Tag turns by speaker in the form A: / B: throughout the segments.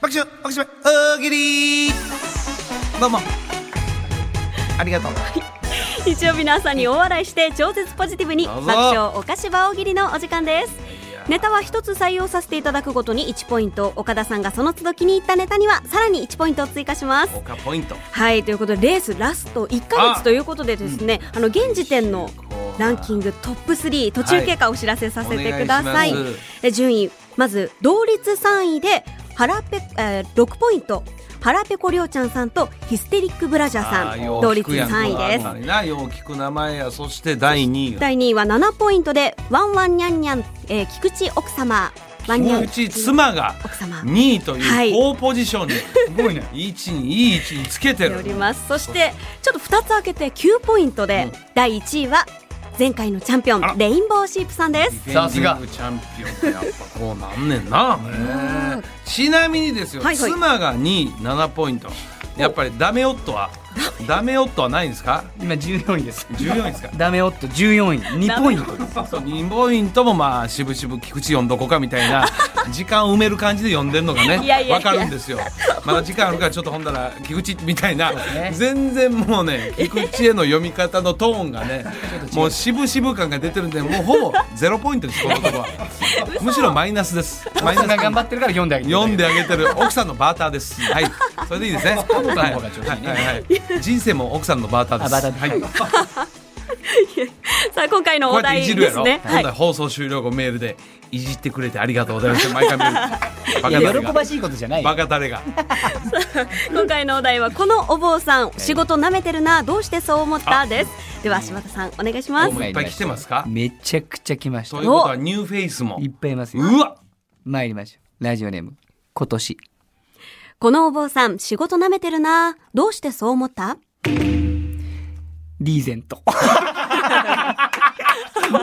A: 拍手拍手大喜利どうもありがとう
B: 日曜日の朝に大笑いして超絶ポジティブに
A: どう
B: 爆
A: ぞ
B: 笑お菓子場大喜利のお時間ですネタは一つ採用させていただくごとに1ポイント岡田さんがその都度気に入ったネタにはさらに1ポイントを追加します
A: 岡ポイント
B: はいということでレースラスト1か月ということでですねあ,、の現時点のランキングトップ3途中経過をお知らせさせてください,、
A: お願いしま
B: え順位まず同率3位で腹ペ、えー、6ポイント腹ペコりょうちゃんさんとヒステリックブラジャーさ
A: あー
B: ん
A: よ
B: 同
A: う聞
B: 率
A: くやん
B: 3位です
A: この辺りなよう聞く名前やそして第2位が
B: 第2位は7ポイントでワンワンニャンニャン、えー、菊池奥様ワンニャ
A: う
B: ン
A: ち妻が
B: 奥様
A: 2位と
B: はいいう
A: 好ポジションに
C: すごいね。
A: 位置にいい位置につけて
B: ており
A: る
B: ますそしてちょっと2つ開けて9ポイントで、第1位は前回のチャンピオ
A: あら
B: ンレインボーシープさんです
A: ディフェンディング
C: さすが
A: チャンピオンってやっぱこうなんねんなへえちなみにですよ、
B: はいはい
A: 妻が2位7ポイントやっぱりダメ夫はダメ夫はないんですか
C: 今14位です。
A: 14位ですか
C: ダメ夫14位、2ポイントです。
A: そう2ポイントもまあ渋々菊池呼んどこかみた いな時間埋める感じで呼んでるのがね
B: いやいやいや
A: わかるんですよまだ時間あるからちょっとほんだら菊池みたいな、
C: ね
A: 全然もうね菊池への読み方のトーンが ねもう渋々感が出てるんでもうほぼゼロポイントですこのとこはむしろマイナスですマイナ
C: みん
A: ス
C: な頑張ってるから読んであげて。
A: 読んであげてる 奥さんのバーターです。はい、それでいいですね。
C: んの方がちょうどいいね
A: はいはいはい人生も奥さんのバーターです。
C: あバーター
A: はい。
B: さあ今回の
A: こ
B: お
A: うやってい
B: 題
A: じる
B: で
A: や
B: す
A: ろ。
B: ね
A: 今
B: はい
A: 度は放送終了後メールでいじってくれてありがとうございます。毎回メー
C: い
A: ル。
C: や、
A: バカタレ
C: 喜ば
A: が。
C: しいことじゃないよ。
A: バカタレが。
B: 今回のお題はこのお坊さん仕事なめてるなどうしてそう思ったですでは柴田さんお願いします
A: もういっぱい来てますか。
C: めちゃくちゃ来まし
A: と
C: た
A: いう。ことはニューフェイスも
C: いっ。ぱいいますよ。
A: うわ。
C: 参りましょう。ラジオネーム、今年。
B: このお坊さん仕事なめてるなどうしてそう思った
C: リーゼン ト。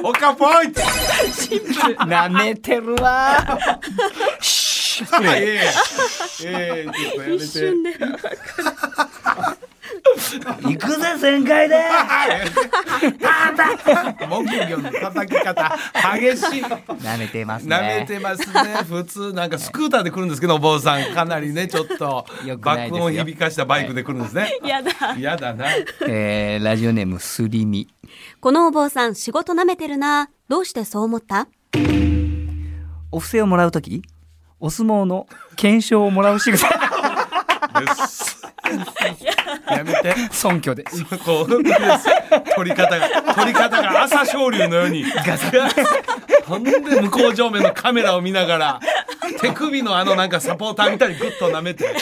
A: オカポイント。
C: なめてるわ。
A: ええええちょっとやめて
B: 一瞬で
C: 行くぜ、旋回で。
A: 木魚の叩き方激しい。
C: なめてますね。
A: なめてます ね。普通なんかスクーターで来るんですけど、お坊さんかなりねちょっと
C: よくないです
A: 爆
C: よ
A: 音響かしたバイクで来るんですね。
B: やだ
A: 嫌だな。
C: えー、ラジオネーム、すりみ。
B: このお坊さん仕事なめてるなどうしてそう思った
C: お布施をもらうとき、お相撲の検証をもらう仕草。
A: ですやめて。
C: 尊虚です。
A: こうです取り方が取り方が朝青龍のように。なんで向こう正面のカメラを見ながら手首のあのなんかサポーターみたいにグッと舐めて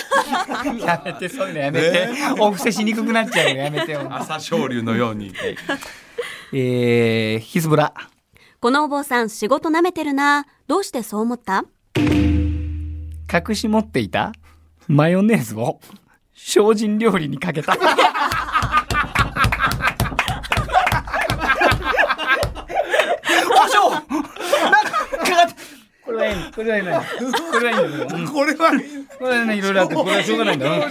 C: やめて、そういうのやめて。お布施しにくくなっちゃうよ。やめてよ。
A: 朝青龍のように。
C: えー、ヒズボラ。
B: このお坊さん仕事なめてるなどうしてそう思った
C: 隠し持っていたマヨネーズを精進料理にかけた。おしょうなんかかかったこれはいい。これはいいな。これはいいんだけどうん
A: これは
C: これはね、いろいろあって、これはしょうがないんだ。うん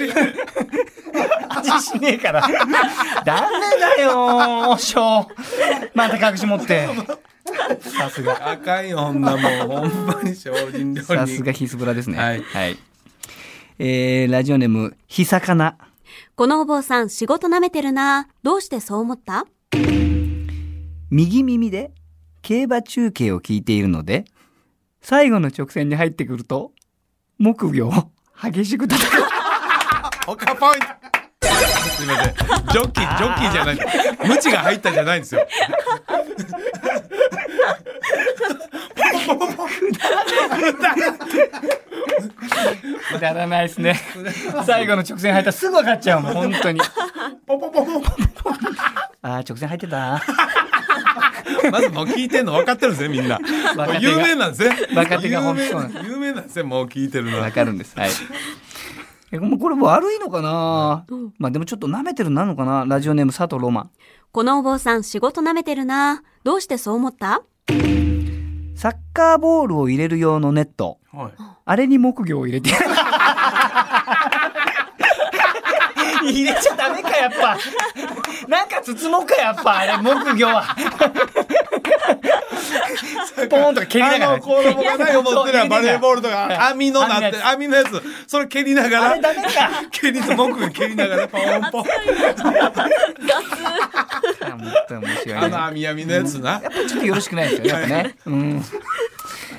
C: 味しねえから。ダメだよ、おしょう。また隠し持って。さすが。
A: あかんよ女もうほんまに精進料理。
C: さすがヒスブラですね。
A: はい
C: えーラジオネーム、ひさかな。
B: このお坊さん仕事なめてるなどうしてそう思った
C: 右耳で競馬中継を聞いているので、最後の直線に入ってくると、木魚を激しく叩く。
A: オカポイント。すみません。ジョッキー、ジョッキーじゃない。無知が入ったじゃないんですよ。
C: くだらないですね。最後の直線入ったらすぐ分かっちゃうもん、本当に。
A: ポポポポ。
C: あー、直線入ってたな。
A: まずもう聞いてんの分かってるぜみんな。も
C: 若
A: う
C: 手が
A: 有名なんですね。
C: 若手が
A: 有
C: 本当
A: 名
C: そうなんで
A: 有名なんですね。もう聞いてるのは
C: わ。かるんです。はい。えもうこれ悪いのかな、まあでもちょっと舐めてるなのかなラジオネーム佐藤ロマン。
B: このお坊さん仕事なめてるなどうしてそう思った
C: サッカーボールを入れる用のネット。
A: はい
C: あれに木魚を 入れて。入れちゃダメかやっぱ。なんか包もうかやっぱあれ木魚 は。ポーンとか蹴りなが
A: あの。
C: ら
A: 衣がない思ってるやんバレーボールとか網のなっ
C: 網の
A: て網のやつそれ蹴りな
C: あ
A: が
C: れダ
A: ら
C: メか。
A: 蹴りと僕が蹴りな がらポンポン
C: 本当に面白
A: あ
C: いね。
A: の
C: やっ
A: 網網のやつな
C: ぱちょっとよろしくないですよね。やっぱね。うん。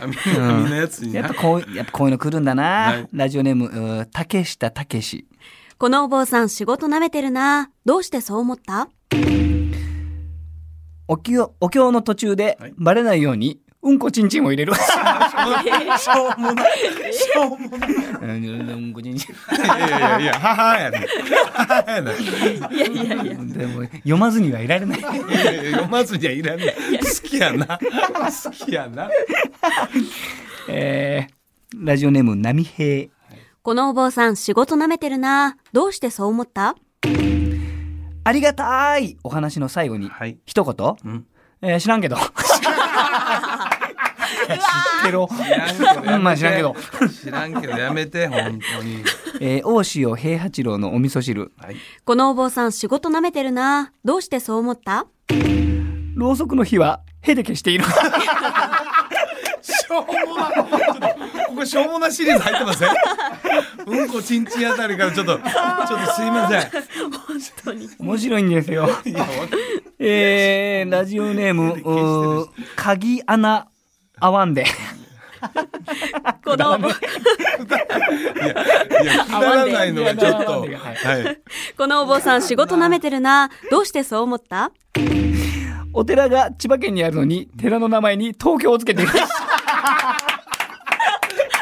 A: 網網のやつに
C: やっ
A: な
C: ぱこう、やっぱこういうの来るんだな。
A: はい
C: ラジオネーム、うー竹下竹志。
B: このお坊さん仕事舐めてるな。どうしてそう思った
C: お経、お経の途中で
A: はい、
C: バレないように、うんこちんちんを 入れる。
A: しょうもないしょうもない
C: うんうんこちんちん。
A: いやいやいや母やね母やない
C: でも読まずにはい られない。
A: いやいや読まずにはいらんない好きやな好きやな
C: えー、ラジオネーム、波平。
B: このお坊さん仕事舐めてるな。どうしてそう思った
C: ありがたいお話の最後に、
A: はい
C: 一言、
A: うん
C: えー知らんけど。知ってろ。うんまあ知らんけど。
A: 知らんけどやめて本当に
C: えー、大塩平八郎のお味噌汁。
A: はい
B: このお坊さん仕事舐めてるな。どうしてそう思った
C: ろうそくの火は、へで消している。
A: しょうもなここしょうもなシリーズ入ってま せんうんこちんちんあたりからちょっ とちょっとすいません
C: 面白いんですよ。
A: いやわか
C: えー、ラジオネーム、うー鍵穴あわんで。
B: このお坊
A: いやいやくだらないのがちょっと
C: いや
A: はい、
B: このお坊さん仕事舐めてるな。どうしてそう思った
C: お寺が千葉県にあるのに、寺の名前に東京をつけている。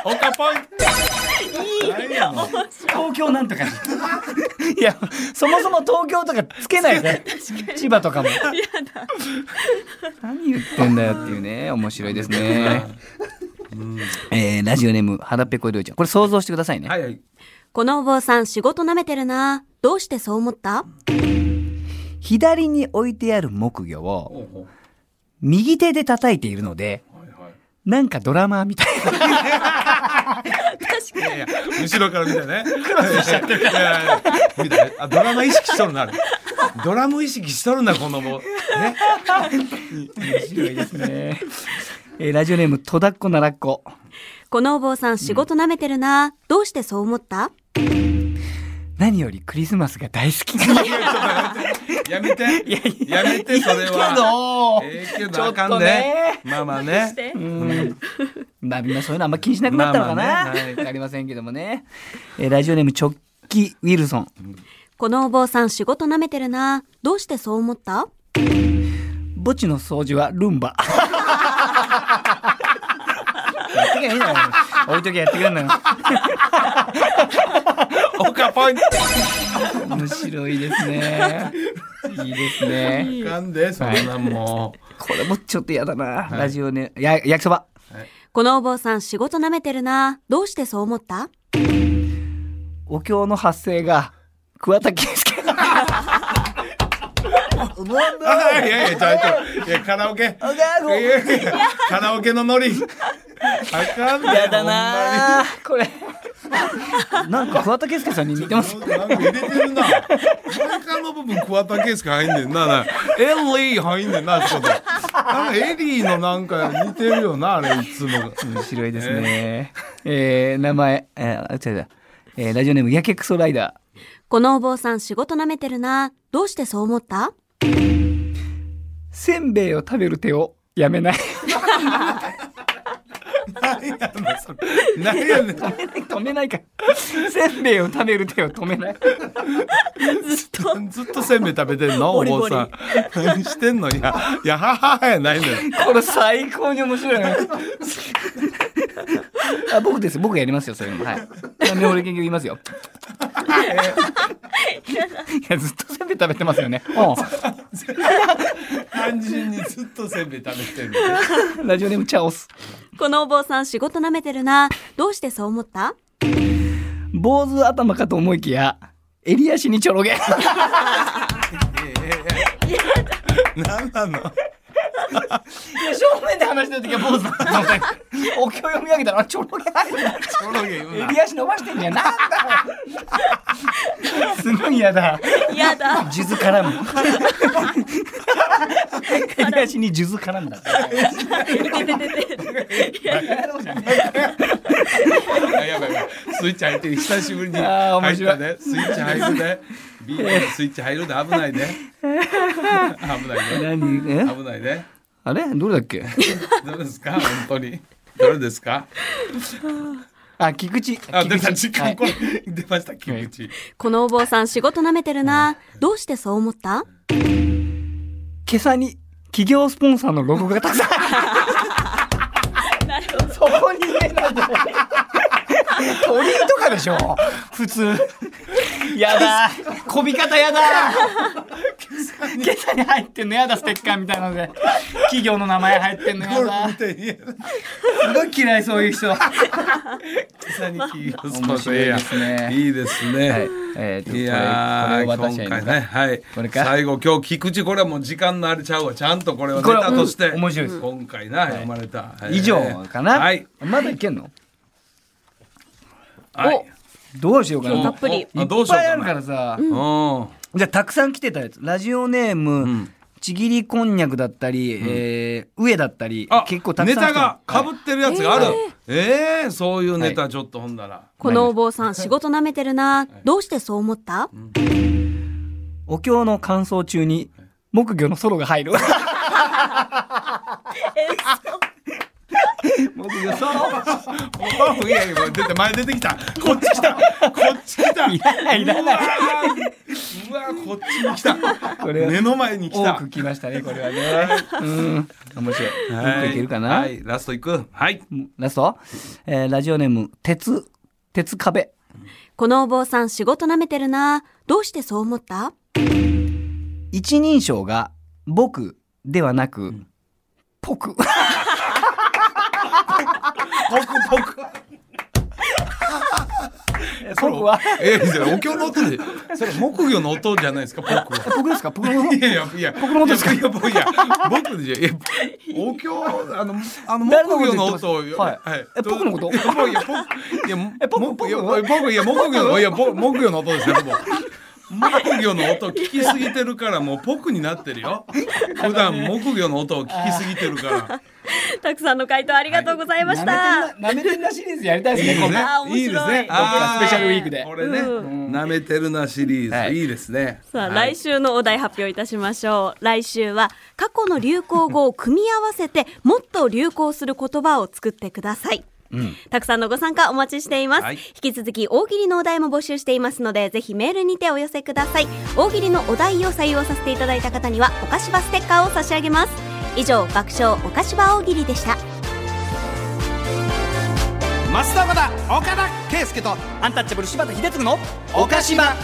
A: オカポイントいいやもう
C: 東京なんとか。 いや、そもそも東京とかつけないね。千葉とかも。何言ってんだよっていうね、面白いですね。 えー、ラジオネーム、はだぺこりょうちゃん。これ想像してくださいね。
A: はいはい
B: このお坊さん仕事舐めてるな。どうしてそう思った
C: 左に置いてある木魚を、
A: ほうほ
C: 右手で叩いているので、
A: うはいはい
C: なんかドラマーみたいな。
A: いやいや後ろから見てね。クロスしちゃってる。いやいや見たねあドラマ意識しとるな。あれドラム意識しとるなこのもね。
C: 面白いですね。 えー、ラジオネーム、とだっこならっこ。
B: このお坊さん仕事舐めてるな。どうしてそう思った
C: 何よりクリスマスが大好き。
A: やめて。やめてそれは。
C: ど
A: ええけ
C: ち
A: ど
C: ょ
A: あ
C: っとね
A: かんで。まあまあね。
C: まあみんなそういうのあんま気にしなくなったのかな。わ、
A: まあまあねはい
C: かりませんけどもね。えーラジオネーム直帰ウィルソン。
B: このお坊さん仕事舐めてるな。どうしてそう思った
C: 墓地の掃除はルンバ。やってきゃいいのよ。置いときゃやってくれんのよ。
A: オカポイント。
C: 面白いですね。いいです ね。
A: あかんでそんなんも
C: これもちょっとやだな。ラジオネーム、や、焼きそば。
B: このお坊さん仕事舐めてるな。どうしてそう思った
C: お経の発声が、桑田佳祐。
A: う。あいやいやちょっといやカラオケ。いやいやカラオケのノリ。あかんで。
C: やだなーこれ。なんか桑田佳祐さんに似てます。
A: なんか入れてるな。中の部分桑田佳祐入んねんな。なエリー入んねんな、ちょっと。なんかエリーのなんか似てるよな、あれいつも。
C: 面白いですね。えー、名前、えー、違う違う。えー、ラジオネーム、やけくそライダー。
B: このお坊さん仕事舐めてるな。どうしてそう思った
C: せんべいを食べる手をやめない。
A: 何やねん、それ。何やねん。
C: 止めないか。せんべいを食べる手を止めない。
A: ずっとせんべい食べてんのお坊さん。 何してんのいや、いや、はははやないのよ。
C: これ最高に面白いね。 あ僕です。僕やりますよ、そういうのも。はい。なんで俺結局言いますよ。いや、ずっとせんべい食べてますよね。
A: 単純にずっとせんべい食べてる。
C: うん。ラジオネーム、チャオス。
B: このお坊さん仕事舐めてるな。どうしてそう思った
C: 坊主頭かと思いきや、襟足にちょろげ。
A: 何なの
C: 正面で話してる時は坊主だったのねお経読み上げたらあちょろげ
A: ちょろげ言うな。
C: 襟足伸ばしてんじゃんなんだよすごい嫌だ
B: やだ。
C: 数珠絡 む襟足に数珠絡んだ
A: いあやばいやばいスイッチ入ってる久しぶりに
C: あー面
A: 入っ
C: 白
A: た
C: い
A: ねスイッチ入るでビールにスイッチ入るで危ないで危ないで
C: 何え
A: 危ないで
C: あれどれだっけ
A: どうですか本当にどれですか
C: あ、菊池。
A: あ
C: 菊
A: 出
C: 池
A: た時
C: は
A: 間
C: い
A: これ出ました菊池
B: このお坊さん仕事舐めてるな。どうしてそう思った
C: 今朝に企業スポンサーのロゴがたくさん。そこに入れないで。鳥居とかでしょ普通。やだ。こび方やだ。今朝に入ってんのやだ、ステッカーみたいなので。企業の名前入ってんのやだ。す
A: 見て
C: ごい嫌い、そういう人。
A: 草に聞いて
C: 面白いですね
A: いいですね、
C: えーと
A: いやー
C: これこれを渡し合い
A: 今回
C: ます
A: ね、はい、
C: これか
A: 最後今日菊池これはもう時間のあれちゃうわちゃんとこれはネ
C: これ
A: タとして、
C: うん面白いです
A: 今回な、読まれたえー
C: 以上かな。
A: はい、
C: まだいけんの
A: はい、
C: どうしようか
B: 今日た
C: な
B: っ。ぷり
A: あどうしよう
C: いっぱいあ
A: か
C: る
A: な
C: からさ。
A: うん
C: じゃあたくさん来てたやつラジオネーム、
A: ん
C: ちぎりこんにゃくだったり、えー、上だったり
A: あ
C: 結構たくさん
A: ネ
C: 来
A: タ
C: てた
A: がかぶ
C: はい
A: ってるやつがある、えー、そういうネタちょっとほんだら、
B: このお坊さん仕事舐めてるな。どうしてそう思った
C: お経の乾燥中に木魚のソロが入る木魚ソロ
A: おいやいやもう出て前出てきたこっち来たこっち来た
C: いらないいらないう
A: わーうわーこっちに来た
C: これは
A: 目の前に来
C: 多
A: た
C: く来ましたねこれは ねうん面白い、もう一個いけるかな、
A: はい、ラストいくはい
C: ラスト、えー、ラジオネーム鉄鉄壁
B: このお坊さん仕事舐めてるな。どうしてそう思った
C: 一人称が僕ではなく、僕
A: ポクポク
C: 僕は
A: えー、じゃあお経の音で、それ木魚の音じゃないですか、 僕は。
C: 僕ですか僕の
A: いやいや、いや、僕の音ですかいや、僕、いや、僕じゃ、いや、お経、あの、あの、木
C: 誰のこ
A: 魚
C: と言
A: の
C: ってます
A: 音を、
C: はいえ僕のこと
A: いや、僕いや、
C: え僕
A: 僕、いや、
C: 僕
A: 僕、僕、いや、木魚の、いや、僕木魚の音ですね、もう。木魚の音聞きすぎてるから、もうポクになってるよ。普段木魚の音を聞きすぎてるから。
B: たくさんの回答ありがとうございました。
C: なめてんなシリーズやりたい
A: いいですね
B: あー。面白い
A: いいですね。
C: あースペシャルウィークで
A: これね、
B: う
A: 舐めてるなシリー
C: は
A: ズ、
C: い
A: いいですね。
B: さあ、
A: はい
B: 来週のお題発表いたしましょう。来週は過去の流行語を組み合わせてもっと流行する言葉を作ってください。たくさんのご参加お待ちしています、
A: はい
B: 引き続き大喜利のお題も募集していますのでぜひメールにてお寄せください大喜利のお題を採用させていただいた方にはお菓子場ステッカーを差し上げます以上爆笑お菓子場大喜利でした
C: 増田岡田岡田圭介とアンタッチャブル柴田秀嗣の岡島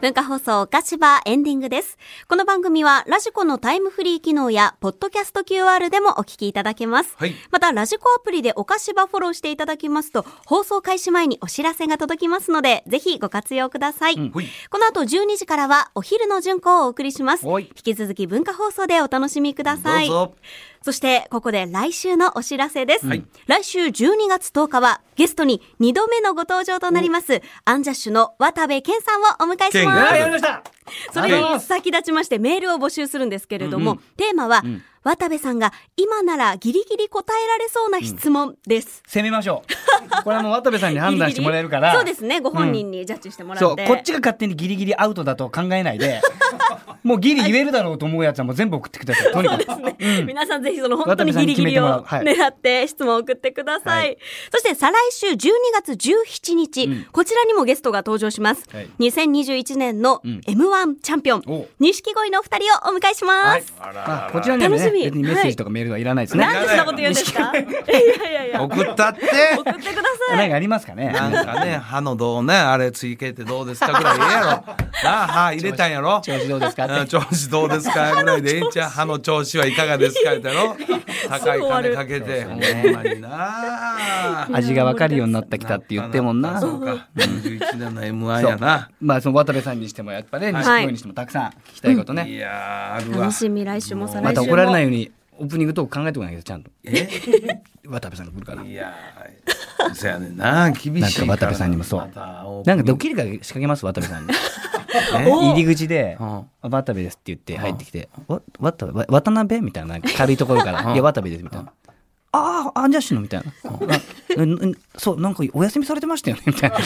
B: 文化放送おかしばエンディングです。この番組はラジコのタイムフリー機能やポッドキャスト QR でもお聞きいただけます。
A: はい
B: またラジコアプリでおかしばフォローしていただきますと放送開始前にお知らせが届きますのでぜひご活用ください。
A: ほい
B: この後12時からはお昼の巡行をお送りします。
C: おい
B: 引き続き文化放送でお楽しみくだ
A: ど
B: さ
A: う
B: い。
A: ぞ。
B: そして、ここで来週のお知らせです。
A: はい
B: 来週12月10日は、ゲストに2度目のご登場となります、アンジャッシュの渡部健さんをお迎えし
A: 健
B: ま
A: が
B: す。
C: やりました
B: それに先立ちましてメールを募集するんですけれども、テーマは、渡部さんが今ならギリギリ答えられそうな質問です。
C: 攻めましょう これはもう渡部さんに判断してもらえるから
B: ギリギリそうですね、ご本人にジャッジしてもら
C: そ
B: っ
C: う
B: て。
C: こっちが勝手にギリギリアウトだと考えな いでもうギリ言えるだろうと思うやつはもう全部送ってくださいとにかく
B: 皆さんぜひその本当に
C: 渡部さん
B: ギリギ
C: に決め
B: リ
C: てもらう
B: を狙って質問を送ってください。
C: はい
B: そして再来週12月17日、こちらにもゲストが登場します。
C: はい
B: 2021年の M1 チャンピオン
C: お、
B: 錦鯉のお二人をお迎えします。
A: あら
C: まあこちらにはね
B: 楽しみ
C: 別にメッセージとかメールはいらないですね、
B: なんでそんなこと言うんですか いやいやいや、送
A: 送ったっ
B: っ
A: て。
B: てください。
C: 何かありますかね
A: なん かね、歯のどうね、あれ追加ってどうですかぐらいええやろ。なあ、歯入れたんやろ。
C: 調子どうですか
A: うん
C: って
A: 調子どうですかぐらいでええんちゃう歯の調子はいかがですかやった ろ高い金かけて
C: すぐ
A: ほん
C: 終わる
A: まにな
C: 味が分かるようになってきたって言ってもんな
A: そうか21年の M1 やな
C: まあその渡部さんにしてもやっぱね錦鯉にしてもたくさん聞きたいことね、
A: いやーあるわ
B: 楽しみ、来週も再
C: ま
B: 来
C: た
B: 週
C: 怒られ
B: も
C: な。いようにオープニングトーク考えてこないけどちゃんと 渡部さんが来るから
A: いやーそやねんな厳しいから
C: なんか渡部さんにもそう
A: またオープ
C: な
A: ン
C: んかドッキリが仕掛けます渡部さんに
A: ね
B: お
C: 入り口で
A: うん
C: 「渡部です」って言って入ってきて「わ渡部わ渡辺?」みたいななんか軽いところから「いや渡部です」みたいな「ああ、アンジャッシュのみたいな。あんんんそう、なんかお休みされてましたよねみたいな。
A: い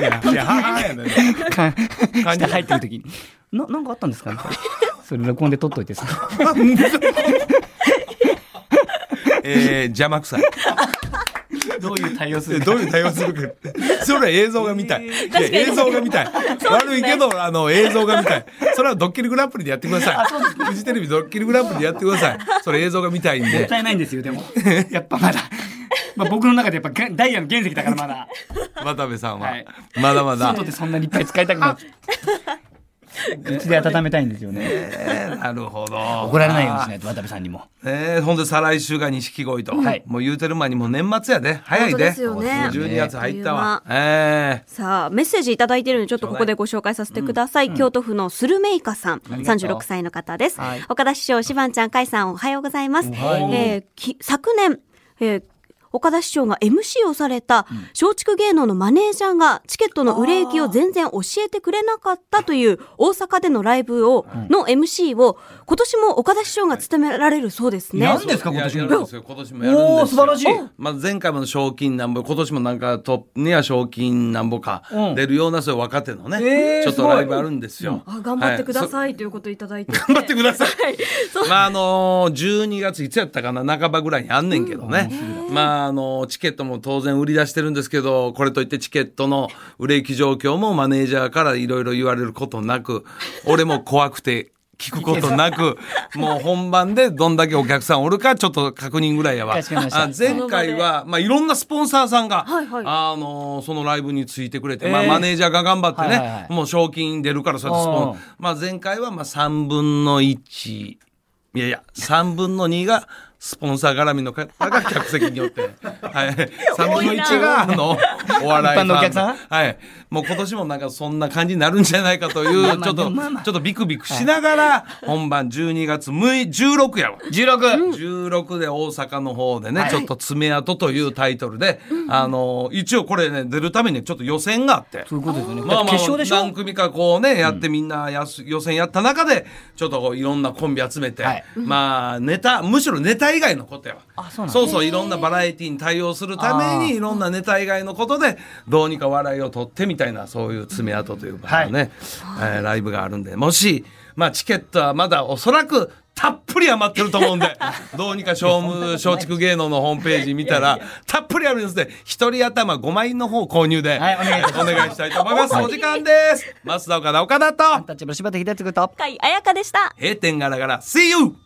A: やいや母やねん な
C: 感
A: 感じ
C: 入ってる時に。な、なんかあったんですかみたいな。それ録音で撮っといてさ。
A: えー、邪魔くさい
C: どういう対応す
A: でどういう対応するかってそれは映像が見たいいや映像が見たい、悪いけどあの映像が見たいそれはドッキリグランプリでやってくださいフジテレビドッキリグランプリでやってくださいそれ映像が見たいんで
C: 絶対ないんですよ、でも。 やっぱまだ。まあ僕の中でやっぱがダイヤの原石だからまだ。
A: 渡部さんは、
C: はい
A: まだまだ
C: 外でそんなにいっぱい使いたくない。うちで温めたいんですよね。
A: なるほど
C: 怒られないようにしないと渡部さんにも。
A: えー、ほんで再来週が錦鯉と、
C: はい
A: もう言うてる間にもう年末やで早い
B: 本当
A: で
B: ですよね
A: もう12月入ったわえ
B: さあ、メッセージいただいてるので、ちょっとここでご紹介させてください。京都府のスルメイカさん、
C: とう
B: 36歳の方です。
C: はい
B: 岡田師匠、シバンちゃん、カイさん、おはようございます。え
C: はい
B: ーき昨年、えー岡田師匠が MC をされた松竹芸能のマネージャーがチケットの売れ行きを全然教えてくれなかったという大阪でのライブを、の MC を今年も岡田師匠が務められるそうですね。
C: なんで
A: ー
C: すか
A: い
C: 今
A: や
C: 年
A: やるん
C: も
A: ですよ今年もやるんですよ
C: おー素晴らしいお
A: まあ、前回も賞金なんぼ今年もなんかトップには賞金なんぼか
C: うん
A: 出るようなそういう若手のね、
C: えー
A: ちょっとライブあるんですよ、
B: あ頑張ってくだ
A: い、
B: さいということをいただいて。
A: そ頑張ってください
B: はい。そう
A: まああのー、12月いつやったかな半ばぐらいにあんねんけどね、まああのーチケットも当然売り出してるんですけどこれといってチケットの売れ行き状況もマネージャーからいろいろ言われることなく俺も怖くて。聞くことなく、もう本番でどんだけお客さんおるかちょっと確認ぐらいやわ。
C: かしこまりました
A: あ前回は、まあいろんなスポンサーさんが、
B: はいはい
A: あのーそのライブについてくれて、まあ
C: えー
A: マネージャーが頑張ってね、
C: はいはいはい
A: もう賞金出るからそうやってスポ
C: あ
A: ン
C: ー、
A: まあ、前回はまあ3分の1いやいや3分の2がスポンサー絡みの方 が客席によって、はい、3分の1があ のお笑い
C: 一般のお客さん
A: はい、もう今年もなんかそんな感じになるんじゃないかとい
C: まあ
A: う
C: まあ
A: ちょっと
C: まあまあ
A: ちょっとビクビクしながら本番12月6日16やわ。
C: 16。
A: 16で大阪の方でね、
C: はい
A: ちょっと爪痕というタイトルで、あの一応これね出るためにちょっと予選があって
C: そういうことですよね。
A: まあまあ、
C: 決勝でしょ
A: 何組かこうね、やってみんなやす予選やった中で、ちょっとこういろんなコンビ集めて、
C: はい
A: まあネタ、むしろネタ以外のことやわ。
C: あそうなんだ
A: そういろんなバラエティに対応するため
C: あ
A: に、
C: ー
A: いろんなネタ以外のことで、どうにか笑いを取ってみたいな、そういう爪痕というかね、えーライブがあるんで、もし、まあチケットはまだおそらく、たっぷり余ってると思うん で、どうにか小務松竹芸能のホームページ見たら、たっぷりあるんですね。一人頭5枚の方購入で、
C: はいお願いします
A: お願いしたいと思います。お時間です。増田岡田岡田と、
C: タッチブル柴田秀嗣と。
B: 深井彩香でした。
A: 閉店ガラガラ、See you!